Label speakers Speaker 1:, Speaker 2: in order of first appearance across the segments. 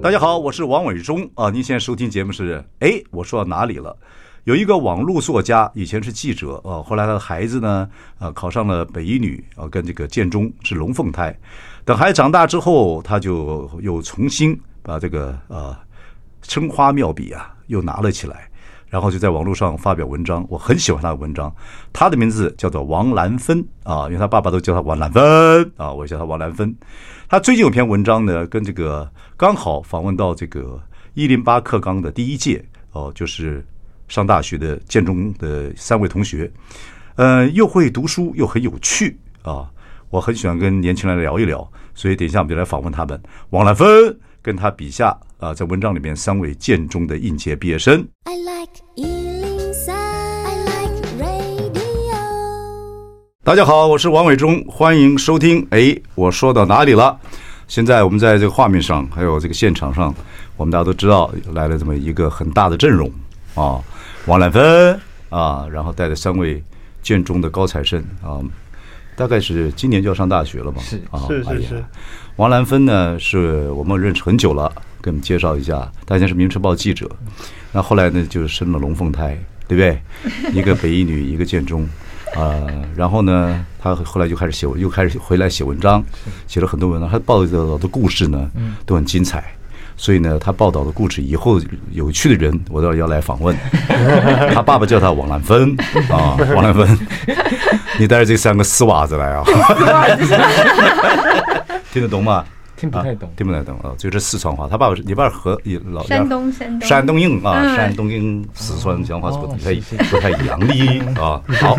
Speaker 1: 大家好，我是王伟忠啊、您现在收听节目是，哎，我说到哪里了？有一个网络作家，以前是记者啊、后来他的孩子呢，呃，考上了北一女啊、跟这个建中是龙凤胎。等孩子长大之后，他就又重新把这个呃生花妙笔啊又拿了起来，然后就在网络上发表文章。我很喜欢他的文章，他的名字叫做王兰芬啊，因为他爸爸都叫他王兰芬啊，我也叫他王兰芬。他最近有篇文章呢，跟这个刚好访问到这个一零八课纲的第一届哦，就是上大学的建中的三位同学，呃，又会读书又很有趣啊，我很喜欢跟年轻人聊一聊，所以等一下我们就来访问他们。王兰芬跟他笔下啊，在文章里面三位建中的应届毕业生。
Speaker 2: I like Ealing Sound. I like radio.
Speaker 1: 大家好，我是王伟忠，欢迎收听。哎，我说到哪里了？现在我们在这个画面上，还有这个现场上，我们大家都知道来了这么一个很大的阵容啊，王兰芬啊，然后带着三位建中的高材生啊，大概是今年就要上大学了嘛，是啊，
Speaker 3: 是是
Speaker 1: 哎呀
Speaker 3: 是
Speaker 1: 王兰芬呢，是我们认识很久了，给我们介绍一下，她以前是《民生报》记者，那后来呢，就是生了龙凤胎，对不对？一个北一女，一个建中，啊、然后呢，她后来就开始写，又开始回来写文章，写了很多文章，她报道的故事呢，都很精彩。所以呢，她报道的故事以后有趣的人，我都要来访问。她爸爸叫她王兰芬啊，王兰芬，你带着这三个丝袜子来啊， 听得懂吗？
Speaker 4: 听不太懂
Speaker 1: 啊听不太懂啊，就这四川话。他爸爸是，你爸是河也老家
Speaker 5: 山东山东
Speaker 1: 山东硬啊，
Speaker 5: 嗯
Speaker 1: 山东硬四川讲话是不
Speaker 4: 哦
Speaker 1: 太
Speaker 4: 是是
Speaker 1: 不太一样
Speaker 5: 嗯
Speaker 1: 的啊。好，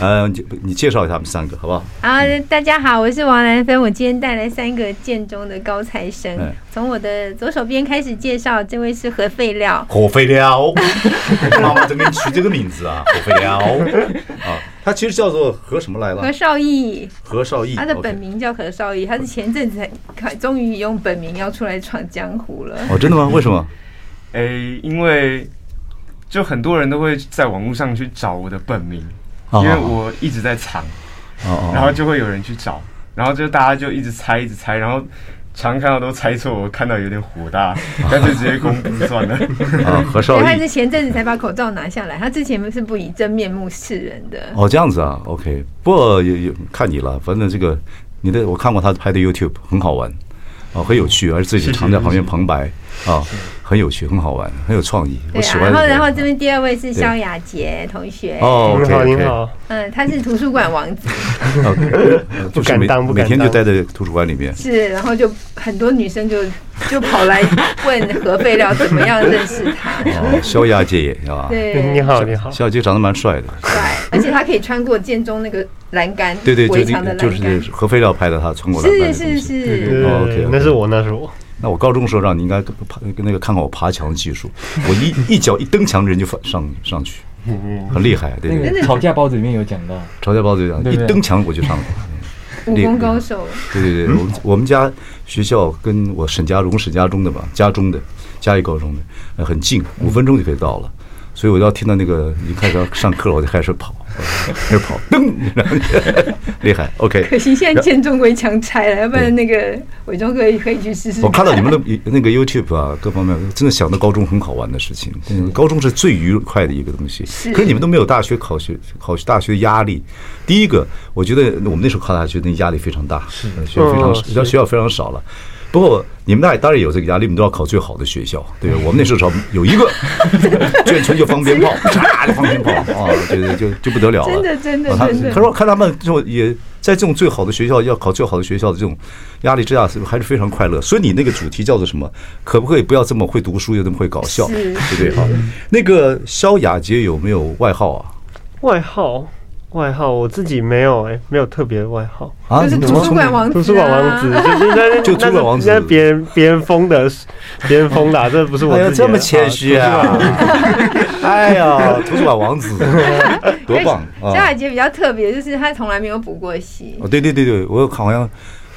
Speaker 1: 呃，你你介绍一下他们三个好不好？
Speaker 5: 啊，大家好，我是王兰芬，我今天带来三个建中的高材生
Speaker 1: 嗯。
Speaker 5: 从我的左手边开始介绍，这位是核废料，
Speaker 1: 火肥料，妈妈真给你取这个名字啊，火肥料啊，他其实叫做何什么来
Speaker 5: 何
Speaker 1: 了？
Speaker 5: 绍义，
Speaker 1: 何绍义，
Speaker 5: 他的
Speaker 1: OK
Speaker 5: 本名叫何绍义，他是前阵子才终于用本名要出来闯江湖了。
Speaker 1: 哦，真的吗？为什么？
Speaker 3: 诶，因为就很多人都会在网络上去找我的本名，因为我一直在藏，
Speaker 1: 哦哦
Speaker 3: 然后就会有人去找，然后就大家就一直猜，一直猜，然后常看到都猜错，我看到有点火大，干脆直接公布算了。
Speaker 1: 啊，何
Speaker 5: 所
Speaker 1: 绍
Speaker 5: 以他
Speaker 1: 义
Speaker 5: 是。前阵子才把口罩拿下来，他之前是不以真面目示人 的。
Speaker 1: 哦，这样子啊，OK。不过也也看你了，反正这个你的我看过他拍的 YouTube，很好玩，哦，很有趣，而自己常在旁边旁白啊，很有趣，很好玩，很有创意。我
Speaker 5: 对
Speaker 1: 喜
Speaker 5: 啊，
Speaker 1: 欢
Speaker 5: 然
Speaker 1: 这个
Speaker 5: 后
Speaker 1: 人。
Speaker 5: 然后这边第二位是萧雅杰同学，
Speaker 1: 哦，
Speaker 3: 你好
Speaker 1: OK，OK
Speaker 3: 你好，
Speaker 5: 嗯，他是图书馆王子，
Speaker 1: OK，呃就是
Speaker 3: 敢
Speaker 1: 每
Speaker 3: 当不
Speaker 1: 每
Speaker 3: 敢
Speaker 1: 天就
Speaker 3: 当
Speaker 1: 待在图书馆里面。
Speaker 5: 是，然后就很多女生就就跑来问何废料怎么样认识 他，
Speaker 1: 哦，萧亚姐也是吧？
Speaker 5: 对，
Speaker 3: 好，你好，
Speaker 1: 萧亚姐长得蛮帅的，
Speaker 5: 帅，而且他可以穿过建中那个栏杆，
Speaker 1: 对对，就
Speaker 5: 围墙的
Speaker 1: 是就
Speaker 5: 栏杆
Speaker 1: 是，合肥料拍的他穿过来拍的
Speaker 5: 是
Speaker 1: 东西
Speaker 5: 是是，
Speaker 1: 哦，OK，OK
Speaker 6: 呃那是我，那是我。
Speaker 1: 那我高中时候让你应该爬那个看看我爬墙的技术，我一一脚一蹬墙，人就翻上上去，
Speaker 3: 嗯
Speaker 1: 很厉害，对
Speaker 4: 那
Speaker 1: 对对。
Speaker 4: 个吵架包子里面有讲到，
Speaker 1: 朝家包子讲，
Speaker 4: 对
Speaker 1: 一
Speaker 4: 对
Speaker 1: 蹬墙我就上 了。
Speaker 5: 武功高手，
Speaker 1: 对对对，我
Speaker 4: 嗯
Speaker 1: 们我们家学校跟我沈家荣、沈家中的吧，家中的嘉义高中的，呃很近，
Speaker 4: 嗯
Speaker 1: 五分钟就可以到了。所以我要听到那个一开始要上课了，我就开始 跑，开始跑，噔， 然后厉害。
Speaker 5: 可
Speaker 1: OK，
Speaker 5: 惜现在建中围墙拆了，要不然那个伟忠哥也可以去试试
Speaker 1: 我。看到你们的那个 YouTube 啊，各方面真的想到高中很好玩的事情。嗯高中是最愉快的一个东西，
Speaker 5: 是
Speaker 1: 可是你们都没有大学考学考大学的压力。第一个，我觉得我们那时候考大学那压力非常大，是学校非常
Speaker 6: 嗯
Speaker 1: 少学校学校非常少了。不过你们那当然有这个压力，你们都要考最好的学校。对我们那时候少有一个眷村就放鞭炮，啪就放鞭炮啊，就就就不得了了。
Speaker 5: 真的 真的
Speaker 1: 啊他
Speaker 5: 真的
Speaker 1: 可是我看他们就也在这种最好的学校要考最好的学校的这种压力之下，是还是非常快乐。所以你那个主题叫做什么？可不可以不要这么会读书，又这么会搞笑，对
Speaker 5: 是
Speaker 1: 不对？哈，那个萧亚杰有没有外号啊？
Speaker 6: 外号外号我自己没有哎、没有特别的外号。
Speaker 1: 啊，
Speaker 5: 就是
Speaker 1: 你
Speaker 5: 图
Speaker 1: 怎么
Speaker 5: 书
Speaker 1: 从
Speaker 5: 馆王子、啊，
Speaker 6: 图书馆王子，就 是那
Speaker 1: 就图书馆王子
Speaker 6: 那是别人别人封的，别人封的啊，这不是我
Speaker 1: 哎呀，
Speaker 6: 自己的
Speaker 1: 这么谦虚啊！哎 呀，图书馆王子，多棒
Speaker 5: 张海
Speaker 1: 啊！
Speaker 5: 杰比较特别，就是他从来没有补过习。
Speaker 1: 哦，对对对对，我好像，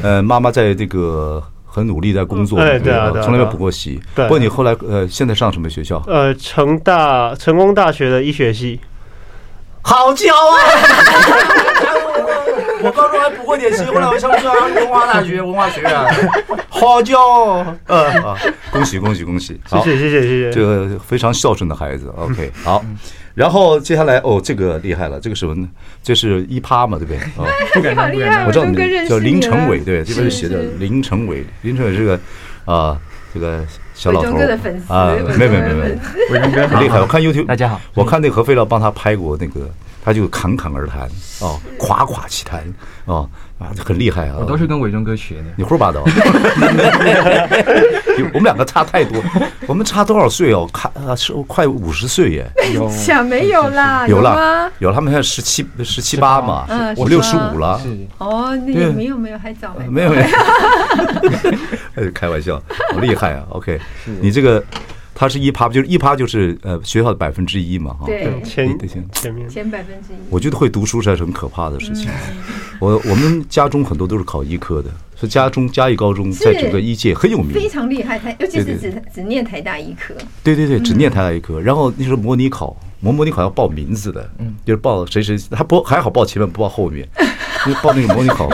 Speaker 1: 呃，妈妈在这个很努力在工作，
Speaker 6: 嗯哎
Speaker 1: 不
Speaker 6: 对啊对啊
Speaker 1: 从来没有
Speaker 6: 对啊
Speaker 1: 补过习。
Speaker 6: 对
Speaker 1: 不过你后来呃，现在上什么学校？
Speaker 6: 呃，成大成功大学的医学系，
Speaker 1: 好巧啊！我高中还补过点习，后来我上上文化大学文化学 院，好巧哦！呃，恭喜恭喜恭喜！
Speaker 6: 谢
Speaker 1: 好，
Speaker 6: 谢谢谢谢
Speaker 1: 这
Speaker 6: 谢。
Speaker 1: 个非常孝顺的孩子。OK，好。然后接下来哦，这个厉害了，这个是文，这是一趴嘛，对不对？哦，
Speaker 3: 不敢
Speaker 5: 你好
Speaker 3: 当，不
Speaker 5: 厉
Speaker 3: 敢
Speaker 5: 害，
Speaker 3: 当
Speaker 1: 我
Speaker 5: 我
Speaker 1: 知道
Speaker 5: 都
Speaker 1: 你
Speaker 5: 跟认识
Speaker 1: 叫林
Speaker 5: 你
Speaker 1: 成
Speaker 5: 了
Speaker 1: 伟，对，这边
Speaker 5: 啊是
Speaker 1: 写的
Speaker 5: 是
Speaker 1: 林成伟，林成伟是个啊，这个小老
Speaker 5: 伟
Speaker 1: 头
Speaker 5: 忠哥的粉丝
Speaker 1: 啊
Speaker 5: 伟，忠
Speaker 1: 没有没
Speaker 5: 哥
Speaker 1: 有没有
Speaker 5: 的
Speaker 1: 没有
Speaker 5: 粉，
Speaker 3: 伟忠哥
Speaker 1: 很厉害。我看 YouTube，
Speaker 4: 大家好
Speaker 1: 我看那个何飞乐帮他拍过那个，他就侃侃而谈哦，夸夸其谈哦，啊，很厉害啊。
Speaker 4: 我都是跟伟忠哥学的。
Speaker 1: 你胡说八道，啊 我们两个差太多，我们差多少岁哦？看啊，是快五十岁耶，
Speaker 4: 有
Speaker 5: 想没啊有啦，
Speaker 1: 有
Speaker 5: 吗
Speaker 1: 了？，有了，他们现在十七十七八嘛，
Speaker 5: 嗯
Speaker 1: 我
Speaker 5: 是
Speaker 1: 六
Speaker 5: 吗
Speaker 1: 十五了，
Speaker 4: 是
Speaker 5: 哦，那
Speaker 1: 对
Speaker 5: 个没有没有，还早还
Speaker 1: 呃
Speaker 5: 早
Speaker 1: 没有没有，哎开玩笑，好厉害啊！OK，你这个他是一趴，就是一趴就是呃学校的百分之一嘛哈。
Speaker 5: 对，
Speaker 1: 你
Speaker 6: 前
Speaker 1: 得先
Speaker 6: 前面
Speaker 5: 前百分之一，
Speaker 1: 我觉得会读书才是很可怕的事情。我我们家中很多都是考医科的，所以家中嘉义高中在整个医界很有名。
Speaker 5: 非常厉害，台尤其
Speaker 1: 对
Speaker 5: 是
Speaker 1: 对
Speaker 5: 只只念台大医科，
Speaker 1: 对对对，
Speaker 4: 嗯
Speaker 1: 只念台大医科，然后那时候模拟考，模模拟考要报名字的，
Speaker 4: 嗯
Speaker 1: 就是报谁谁，他不还好报前面不报后 面，就报那个模拟考，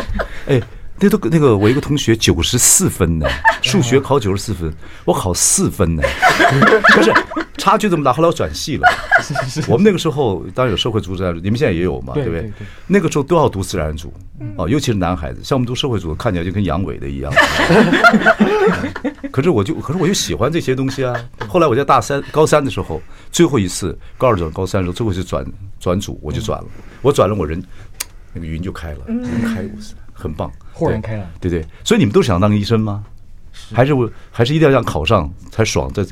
Speaker 1: 哎，那都那个我一个同学九十四分
Speaker 4: 嗯
Speaker 1: 呢，数学考九十四分，我考四分呢， 不是差距这么大，后来我转系了。我们那个时候当然有社会主义自然组，你们现在也有嘛，
Speaker 4: 对
Speaker 1: 不对
Speaker 4: 对嗯对？
Speaker 1: 那个时候都要读自然组哦，尤其是男孩子，像我们读社会组，看起来就跟阳痿的一样。可是我就，可是我就喜欢这些东西啊。后来我在大三、高三的时候，最后一次高二转高三的时候，最后一次转转组，我就转了。我转了，我人那个云就开了，
Speaker 6: 嗯
Speaker 1: 云开悟是很棒，
Speaker 4: 豁然
Speaker 1: 对
Speaker 4: 开朗
Speaker 1: 对对，所以你们都想当医生吗？还是我还是一定要让考上才爽？在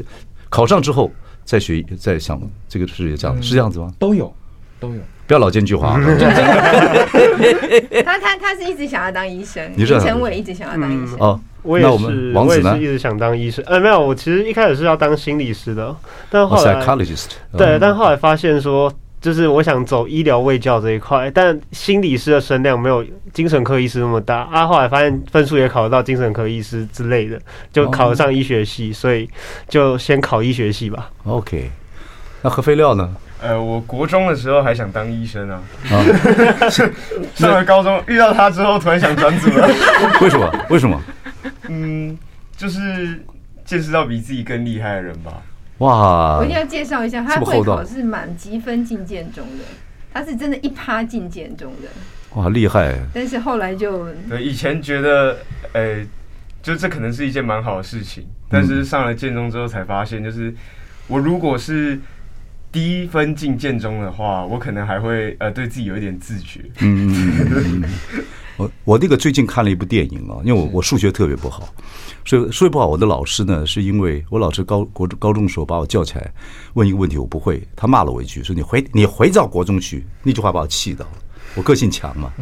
Speaker 1: 考上之后再学，再想这个是
Speaker 6: 嗯
Speaker 1: 这样，是这样子吗？
Speaker 4: 都有都有，
Speaker 1: 不要老奸巨猾啊。
Speaker 6: 嗯
Speaker 5: 他他他是一直想要当医生，
Speaker 1: 哎你
Speaker 5: 林
Speaker 1: 是想
Speaker 5: 成伟一直想要当医生，
Speaker 1: 哦，
Speaker 6: 我
Speaker 1: 那
Speaker 6: 也
Speaker 1: 我
Speaker 6: 是
Speaker 1: 们王
Speaker 6: 我
Speaker 1: 子
Speaker 6: 也
Speaker 1: 呢
Speaker 6: 是一？直想当医生，呃，没有，我其实一开始是要当心理师的，但
Speaker 1: 哦
Speaker 6: 后来
Speaker 1: ，psychologist。
Speaker 6: 对，但后来发现说，就是我想走医疗卫教这一块，但心理师的声量没有精神科医师那么大啊。后来发现分数也考得到精神科医师之类的，就考得上医学系，所以就先考医学系吧。
Speaker 1: OK，那核废料呢？
Speaker 3: 呃，我国中的时候还想当医生啊，
Speaker 1: 啊，
Speaker 3: 上了高中遇到他之后，突然想转组了。
Speaker 1: 为什么？为什么？
Speaker 3: 嗯，就是见识到比自己更厉害的人吧。
Speaker 1: 哇
Speaker 5: 我一定要介绍一下，他
Speaker 1: 这么
Speaker 5: 会
Speaker 1: 厚道
Speaker 5: 考是满积分进建中的，他是真的一趴进建中的，
Speaker 1: 哇，厉害！
Speaker 5: 但是后来就
Speaker 3: 对，以前觉得，呃，就这可能是一件蛮好的事情，但是上了建中之后才发现，就是我如果是低分进建中的话，我可能还会呃对自己有一点自觉。
Speaker 1: 嗯嗯嗯 嗯嗯，我我那个最近看了一部电影啊，因为我我数学特别不好，所以数学不好，我的老师呢是因为我老师高国高中的时候把我叫起来问一个问题我不会，他骂了我一句，说你回你回到国中去，那句话把我气到了，我个性强嘛，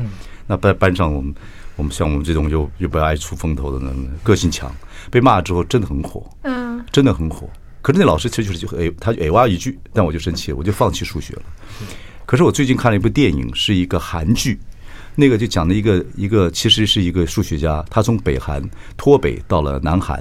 Speaker 1: 那班班上我们我们像我们这种又又不爱出风头的人，个性强，被骂之后真的很火，
Speaker 5: 嗯，
Speaker 1: 真的很火。可是那老师其实就是哎，他就哎哇一句，但我就生气了，我就放弃数学了。可是我最近看了一部电影，是一个韩剧，那个就讲的一个一个其实是一个数学家，他从北韩脱北到了南韩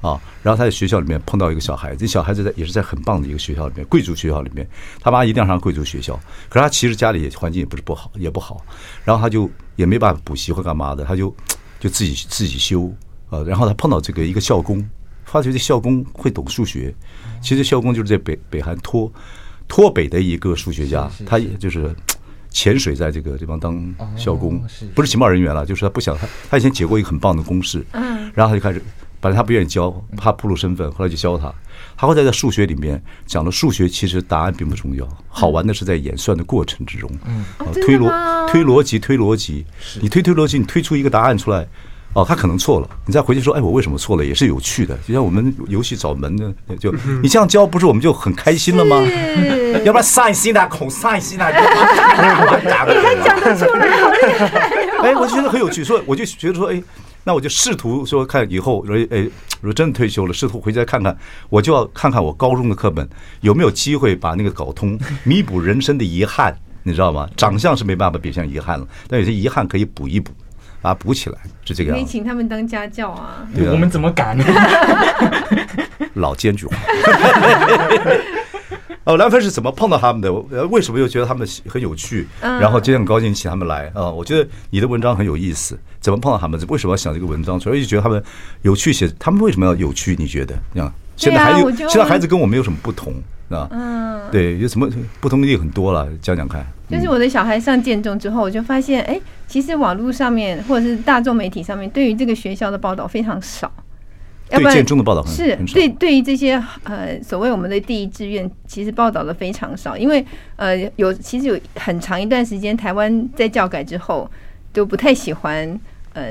Speaker 1: 啊，然后他在学校里面碰到一个小孩子，小孩子在也是在很棒的一个学校里面，贵族学校里面，他妈一定要上贵族学校，可是他其实家里也环境也不是不好，也不好，然后他就也没办法补习或干嘛的，他就就自己自己修啊，然后他碰到这个一个校工，发觉这校工会懂数学，其实校工就是在北北韩脱脱北的一个数学家，他也就是潜水在这个地方当校工，
Speaker 4: 是
Speaker 1: 不是情报人员了，就是他不想他他以前解过一个很棒的公式，
Speaker 5: 啊
Speaker 1: 嗯，然后他就开始，本来他不愿意教，怕暴露身份，后来就教他。他后来在数学里面讲了，数学其实答案并不重要，好玩的是在演算的过程之中，嗯
Speaker 5: 哦
Speaker 1: 推
Speaker 5: 真的
Speaker 1: 逻
Speaker 5: 吗
Speaker 1: 推逻辑推逻辑，你推推逻辑，你推出一个答案出来，哦，他可能错了，你再回去说，哎，我为什么错了，也是有趣的。就像我们游戏找门的，就你这样教，不是我们就很开心了吗？ 要不然 sin sin 啊，cos sin 啊，你还讲得出来， 哎，我就觉得很有趣，所以我就觉得说，哎，那我就试图说看以后，说哎，如果真的退休了，试图回家看看，我就要看看我高中的课本有没有机会把那个搞通，弥补人生的遗憾，你知道吗？长相是没办法比上遗憾了，但有些遗憾可以补一补，把它补起来，是这个
Speaker 5: 可以
Speaker 1: 样子。
Speaker 5: 请他们当家教啊。
Speaker 1: 对啊
Speaker 7: 我们怎么敢？
Speaker 1: 老奸巨猾。 哦，兰芬是怎么碰到他们的？呃，为什么又觉得他们很有趣？
Speaker 5: 嗯
Speaker 1: 然后今天很高兴请他们来啊、我觉得你的文章很有意思。怎么碰到他们？为什么要想这个文章出来？而且觉得他们有趣写，他们为什么要有趣？你觉得？这样，现在孩子、
Speaker 5: 啊我就
Speaker 1: 现在孩子跟我们有什么不同啊？
Speaker 5: 嗯，
Speaker 1: 对，有什么不同的地方很多了，讲讲看。
Speaker 5: 就是我的小孩上建中之后，我就发现，哎，其实网络上面或者是大众媒体上面对于这个学校的报道非常少，要
Speaker 1: 对
Speaker 5: 不然
Speaker 1: 建中的报道很
Speaker 5: 是
Speaker 1: 很少
Speaker 5: 对对于这些呃所谓我们的第一志愿，其实报道的非常少，因为呃有其实有很长一段时间，台湾在教改之后就不太喜欢呃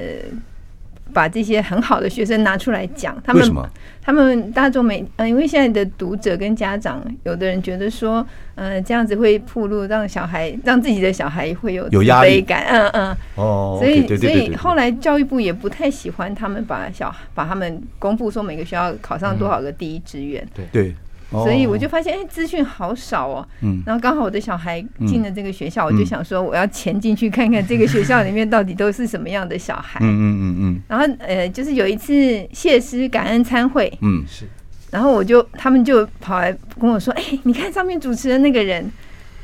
Speaker 5: 把这些很好的学生拿出来讲，他
Speaker 1: 为
Speaker 5: 们
Speaker 1: 什么？
Speaker 5: 他们大众媒，呃，因为现在的读者跟家长，有的人觉得说，呃，这样子会暴露让小孩，让自己的小孩会有
Speaker 1: 有
Speaker 5: 自
Speaker 1: 压力
Speaker 5: 卑感，嗯嗯，
Speaker 1: 哦，
Speaker 5: 所以
Speaker 1: 对对
Speaker 5: 所
Speaker 1: 对对
Speaker 5: 以
Speaker 1: 对。
Speaker 5: 后来教育部也不太喜欢他们把小把他们公布说每个学校考上多少个第一志愿，
Speaker 1: 对，哦
Speaker 5: 所以我就发现，哎，资讯好少哦。
Speaker 1: 嗯
Speaker 5: 然后刚好我的小孩进了这个学校，我就想说，我要潜进去看看这个学校里面到底都是什么样的小孩。
Speaker 1: 嗯嗯嗯
Speaker 5: 然后呃，就是有一次谢师感恩参会，
Speaker 1: 嗯嗯，
Speaker 5: 然后我就他们就跑来跟我说：“哎、你看上面主持的那个人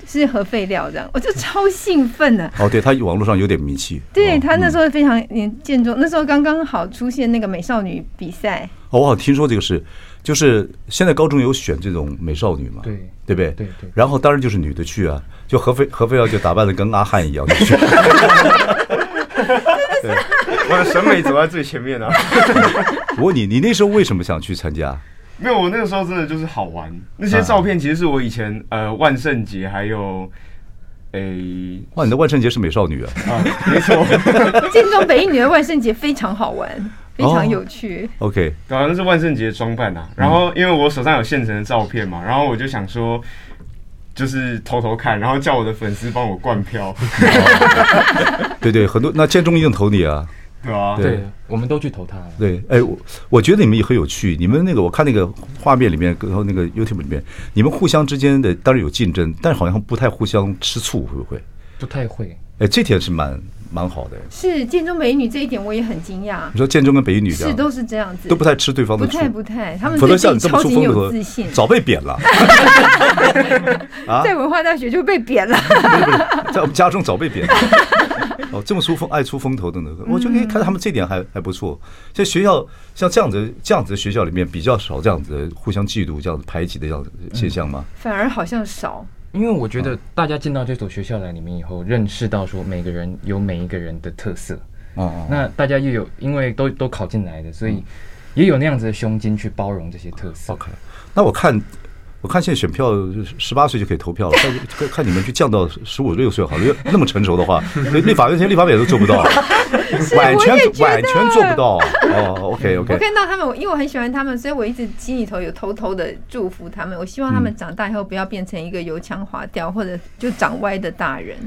Speaker 5: 是核废料这样。”我就超兴奋的、
Speaker 1: 哦，对他网络上有点名气。
Speaker 5: 对
Speaker 1: 哦
Speaker 5: 他那
Speaker 1: 嗯
Speaker 5: 时候非常年建中，那时候刚刚好出现那个美少女比赛，
Speaker 1: 哦，我好像听说这个事，就是现在高中有选这种美少女嘛，
Speaker 4: 对
Speaker 1: 对不对？
Speaker 4: 对对
Speaker 1: 然后当然就是女的去啊，就何非何非要就打扮的跟阿汉一样就 去，
Speaker 3: 我的审美走在最前面啊。
Speaker 1: 我问你，你那时候为什么想去参加？
Speaker 3: 没有，我那个时候真的就是好玩。那些照片其实是我以前呃万圣节还有哎诶、
Speaker 1: 哇，你的万圣节是美少女啊
Speaker 3: 啊，没错，
Speaker 5: 建中北一女的万圣节非常好玩，非
Speaker 1: 哦
Speaker 5: 常有趣。
Speaker 1: ？OK，
Speaker 3: 好像是万圣节装扮啊。然后因为我手上有现成的照片嘛，然后我就想说。就是偷偷看，然后叫我的粉丝帮我灌票，
Speaker 1: 对对，很多那建中一定投你啊，
Speaker 3: 对吧、
Speaker 1: 对
Speaker 4: 对，我们都去投他了。
Speaker 1: 对，哎，我我觉得你们也很有趣。你们那个，我看那个画面里面，然后那个 YouTube 里面，你们互相之间的当然有竞争，但是好像不太互相吃醋，会不会？
Speaker 4: 不太会，
Speaker 1: 哎，这点是蛮蛮好的。
Speaker 5: 是建中北一女这一点我也很惊讶
Speaker 1: 你，说建中跟北一女这
Speaker 5: 是
Speaker 1: 样
Speaker 5: 都是这样子，
Speaker 1: 都不太吃对方
Speaker 5: 不
Speaker 1: 的醋，
Speaker 5: 太不太，他
Speaker 1: 嗯
Speaker 5: 们
Speaker 1: 否则
Speaker 5: 对自
Speaker 1: 像
Speaker 5: 己
Speaker 1: 你这么
Speaker 5: 超
Speaker 1: 出
Speaker 5: 级
Speaker 1: 风
Speaker 5: 有
Speaker 1: 头
Speaker 5: 自信，，
Speaker 1: 早被贬了，啊
Speaker 5: 在文化大学就被贬了。
Speaker 1: 在我们家中早被贬了。 哦，这么出风爱出风头的呢，我
Speaker 5: 嗯
Speaker 1: 就可以看他们这点还还不错。像学校像这样子这样子的学校里面比较少这样子的互相嫉妒、这样子排挤的这样子的现象吗？
Speaker 5: 反而好像少，
Speaker 4: 因为我觉得大家进到这所学校来里面以后，认识到说每个人有每一个人的特色，
Speaker 1: 哦
Speaker 4: 那大家又有因为都都考进来的，所以也有那样子的胸襟去包容这些特色。
Speaker 1: ，OK。那我看我看现在选票十八岁就可以投票了，看看你们去降到十五六岁好了，因为那么成熟的话，立法院现在立法委都做不 到，完全
Speaker 5: 我也觉得
Speaker 1: 完全做不到。哦，OK
Speaker 5: 我
Speaker 1: OK，
Speaker 5: 看到他们，我因为我很喜欢他们，所以我一直心里头有偷偷的祝福他们。我希望他
Speaker 1: 嗯
Speaker 5: 们长大以后不要变成一个油腔滑调或者就长歪的大人。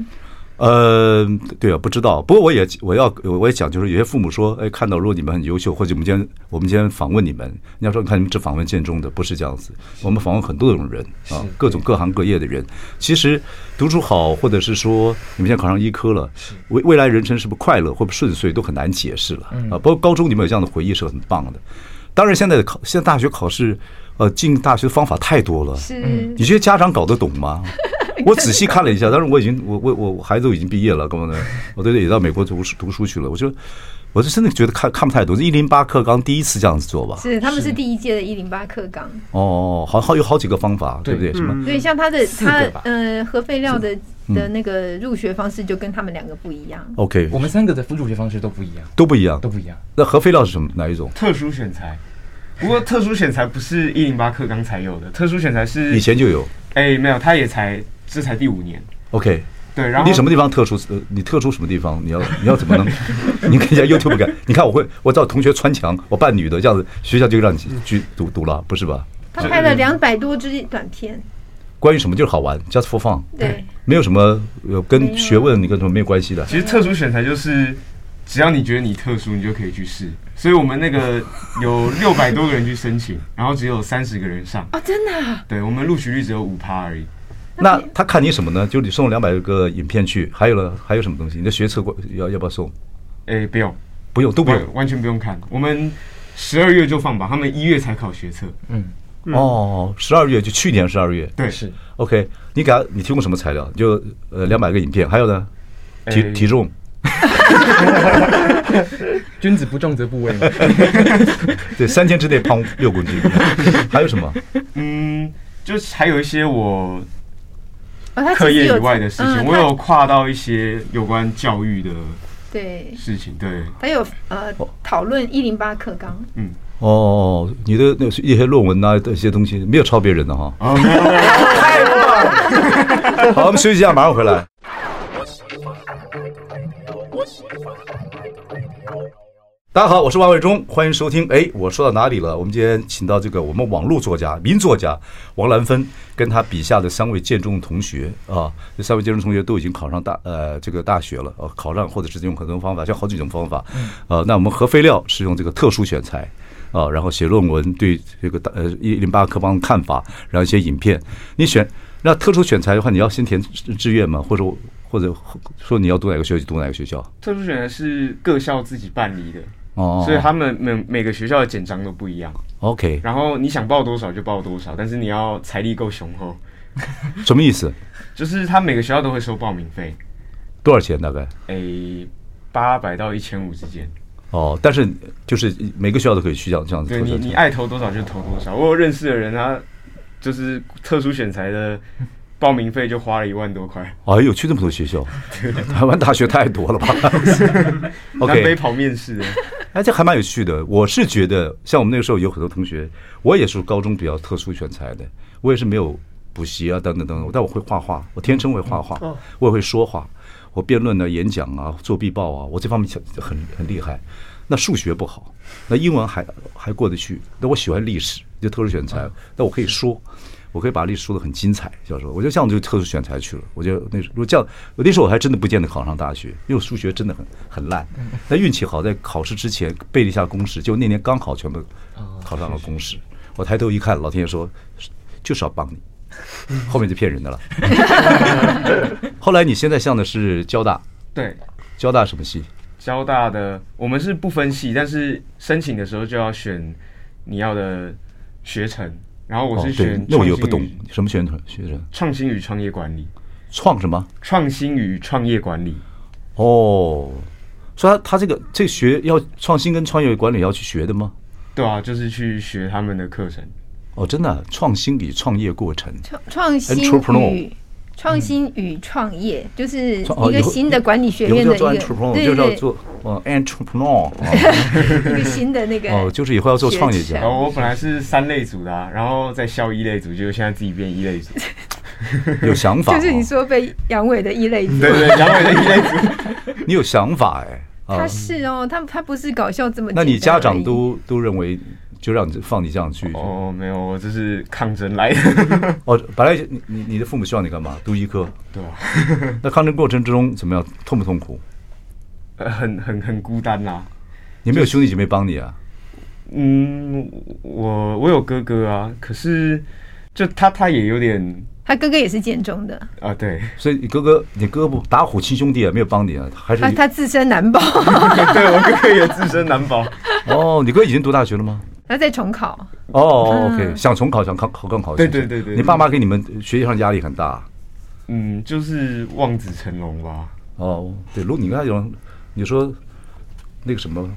Speaker 1: 呃，对啊，不知道。不过我也我要我也讲，就是有些父母说，哎，看到如果你们很优秀，或者我们今天我们今天访问你们，你要说你看你们只访问建中的，不是这样子。我们访问很多种人啊，各种各行各业的人。其实读书好，或者是说你们现在考上医科了，未未来人生是不是快乐，会不会顺遂，都很难解释了啊。包括高中你们有这样的回忆是很棒的。当然，现在的考现在大学考试，呃，进大学的方法太多了，
Speaker 5: 是，
Speaker 1: 你觉得家长搞得懂吗？我仔细看了一下，但是我已经我我我我孩子都已经毕业了，干嘛呢？我对对，也到美国读书读书去了。我就我就真的觉得看看不太懂，这一零八课纲第一次这样子做吧。
Speaker 5: 是他们是第一届的一零八课纲，
Speaker 1: 哦，好好有好几个方法，对不对？
Speaker 4: 对
Speaker 1: 什
Speaker 6: 嗯
Speaker 1: 么？
Speaker 5: 对，像他的他
Speaker 4: 个吧
Speaker 5: 呃核废料的的那个入学方式就跟他们两个不一样。
Speaker 1: OK，
Speaker 4: 我们三个的入学方式都不一样，
Speaker 1: 都不一样
Speaker 4: 都。不一样。
Speaker 1: 那核废料是什么哪一种？
Speaker 3: 特殊选材。不过特殊选材不是一零八课纲才有的，特殊选材是
Speaker 1: 以前就有。
Speaker 3: 哎、没有，他也才这才第五年，
Speaker 1: OK，
Speaker 3: 对，然后
Speaker 1: 你什么地方特殊？呃你特殊什么地方？你要你要怎么能？你看一下 YouTube 看，你看我会，我找同学穿墙，我扮女的这样子，学校就让你去读读了，不是吧？
Speaker 5: 他拍了两百多支短片，
Speaker 1: 关于什么就是好玩，just for fun，
Speaker 5: 对，
Speaker 1: 没有什么呃跟学问你跟什么没有关系的。
Speaker 3: 其实特殊选材就是，只要你觉得你特殊，你就可以去试。所以我们 那个有六百多个人去申请，然后只有三十个人上。
Speaker 5: 哦，真的啊，
Speaker 3: 对我们录取率只有五趴而已。
Speaker 1: 那他看你什么呢？就你送两百个影片去，还有了还有什么东西？你的学测过要要不要送？
Speaker 3: 哎、不用，
Speaker 1: 不用都不用
Speaker 3: 完完全不用看。我们十二月就放吧，他们一月才考学测。
Speaker 4: 嗯，
Speaker 1: 哦。十二月就去年十二月
Speaker 3: 对，
Speaker 4: 是
Speaker 1: ，OK，你给他你提供什么材料？就呃两百个影片，还有呢体
Speaker 3: 哎
Speaker 1: 体重。
Speaker 4: 君子不重则不威 嘛。
Speaker 1: 对，三天之内胖六公 斤，还有什么？
Speaker 3: 嗯，就是还有一些我
Speaker 5: 哦， 他
Speaker 3: 课
Speaker 5: 其实
Speaker 3: 业
Speaker 5: 有
Speaker 3: 以外的事情，
Speaker 5: 嗯
Speaker 3: 我
Speaker 5: 他
Speaker 3: 有跨到一些有关教育的
Speaker 5: 对，
Speaker 3: 事情。对，
Speaker 5: 他有呃讨论一零八课纲，
Speaker 1: 哦，你的那一些论文啊，这些东西没有抄别人的哈。
Speaker 3: 哦，没有没有没 有
Speaker 1: 好，我们休息一下，马上回来。大家好，我是王伟忠，欢迎收听。哎，我说到哪里了？我们今天请到这个我们网络作家、名作家王兰芬，跟他笔下的三位建中同学啊，这三位建中同学都已经考上大呃这个大学了，呃、考上或者是用很多方法，像好几种方法。
Speaker 3: 嗯
Speaker 1: 呃，那我们核废料是用这个特殊选材，啊，然后写论文对这个大呃一零八课纲的看法，然后一些影片。你选那特殊选材的话，你要先填志志愿吗？或者或者说你要读哪个学校就读哪个学校？
Speaker 3: 特殊选材是各校自己办理的，
Speaker 1: 哦，
Speaker 3: 所以他们每每个学校的简章都不一样。
Speaker 1: OK
Speaker 3: 然后你想报多少就报多少，但是你要财力够雄厚。
Speaker 1: 什么意思？
Speaker 3: 就是他每个学校都会收报名费，
Speaker 1: 多少钱大概？
Speaker 3: 诶，八百到一千五之间。
Speaker 1: 哦，但是就是每个学校都可以去这样这样子
Speaker 3: 对
Speaker 1: 投
Speaker 3: 你，
Speaker 1: 选
Speaker 3: 你
Speaker 1: 材。
Speaker 3: 爱投多少就投多少。我有认识的人，他就是特殊选材的报名费就花了一万多块，
Speaker 1: 哎呦，去那么多学校，台湾大学太多 了吧
Speaker 3: 南北
Speaker 1: ？OK，
Speaker 3: 跑面试的。
Speaker 1: 哎，这还蛮有趣的。我是觉得，像我们那个时候有很多同学，我也是高中比较特殊选材的，我也是没有补习啊，等等等等。但我会画画，我天生会画画，
Speaker 3: 哦
Speaker 1: 我也会说话，我辩论啊、演讲啊、做必报啊，我这方面很很厉害。那数学不好，那英文还还过得去。那我喜欢历史，就特殊选
Speaker 3: 哦
Speaker 1: 材，那我可以说。我可以把历史说的很精彩，小时候我就这样就特殊选材去了。我就那时候如果这样，那时候我还真的不见得考上大学，因为我数学真的很很烂。但运气好，在考试之前背了一下公式，就那年刚好全部考上了公式。我抬头一看，老天爷说就是要帮你，后面就骗人的了。 后来你现在上的是交大，
Speaker 3: 对，
Speaker 1: 交大什么系？
Speaker 3: 交大的我们是不分系，但是申请的时候就要选你要的学程。然后我是
Speaker 1: 哦对
Speaker 3: 选，
Speaker 1: 那我
Speaker 3: 创
Speaker 1: 又
Speaker 3: 新
Speaker 1: 不懂
Speaker 3: 与
Speaker 1: 什么宣传学生
Speaker 3: 创新与创业管理，
Speaker 1: 创什么。
Speaker 3: 创新与创业管理。
Speaker 1: 哦，所以他他这个这学要创新跟创业管理要去学的吗？
Speaker 3: 对啊，就是去学他们的课程。
Speaker 1: 哦，真的啊、创新与创业过程。
Speaker 5: 创创新
Speaker 1: Entrepreneur
Speaker 5: 与创新与创业，就是一
Speaker 1: 哦以
Speaker 5: 个
Speaker 1: 后
Speaker 5: 新的管理学
Speaker 1: 以后
Speaker 5: 院
Speaker 1: 就
Speaker 5: 的
Speaker 1: 要
Speaker 5: 一
Speaker 1: 做
Speaker 5: 个，
Speaker 1: entrepreneur，
Speaker 5: 对
Speaker 1: 就是要
Speaker 5: 对，
Speaker 1: 做呃 entrepreneur
Speaker 5: 一个新的那个
Speaker 1: 哦，就是以后要做创业家
Speaker 3: 然。后我本来是三类组的、啊，然后再校一类组，结果现在自己变一类组。
Speaker 1: 有想法、哦，
Speaker 5: 就是你说被阳痿的异类组，
Speaker 3: 对对，然后我的一类组。
Speaker 1: 你有想法哎
Speaker 5: 他
Speaker 1: 啊？
Speaker 5: 是哦，他他不是搞笑这么简单
Speaker 1: 那
Speaker 5: 而已，
Speaker 1: 你家长都都认为就让你放你这样去
Speaker 3: 哦，没有，我这是抗争来的。
Speaker 1: 哦？本来你你你的父母希望你干嘛？读医科。
Speaker 3: 对啊，
Speaker 1: 那抗争过程之中怎么样？痛不痛苦？
Speaker 3: 呃很很很孤单啊啦、
Speaker 1: 你没有兄弟姐妹帮你啊？
Speaker 3: 嗯，我我有哥哥啊，可是就他他也有点
Speaker 5: 他哥哥也是建中的，
Speaker 3: 啊，对
Speaker 1: 所以你哥哥你哥不打虎亲兄弟也没有帮你啊？还是
Speaker 5: 他他自身 难保，
Speaker 3: 对，我哥哥也自身难保。
Speaker 1: 哦？你哥已经读大学了吗？
Speaker 5: 他在重考，
Speaker 1: 哦，OK，想重考想考考更好。
Speaker 3: 对对对对对
Speaker 1: 你爸妈给你们呃学习上压力很大。
Speaker 3: 嗯，就是望子成龙吧。
Speaker 1: 哦，对，如果你刚才讲，你说那个什么，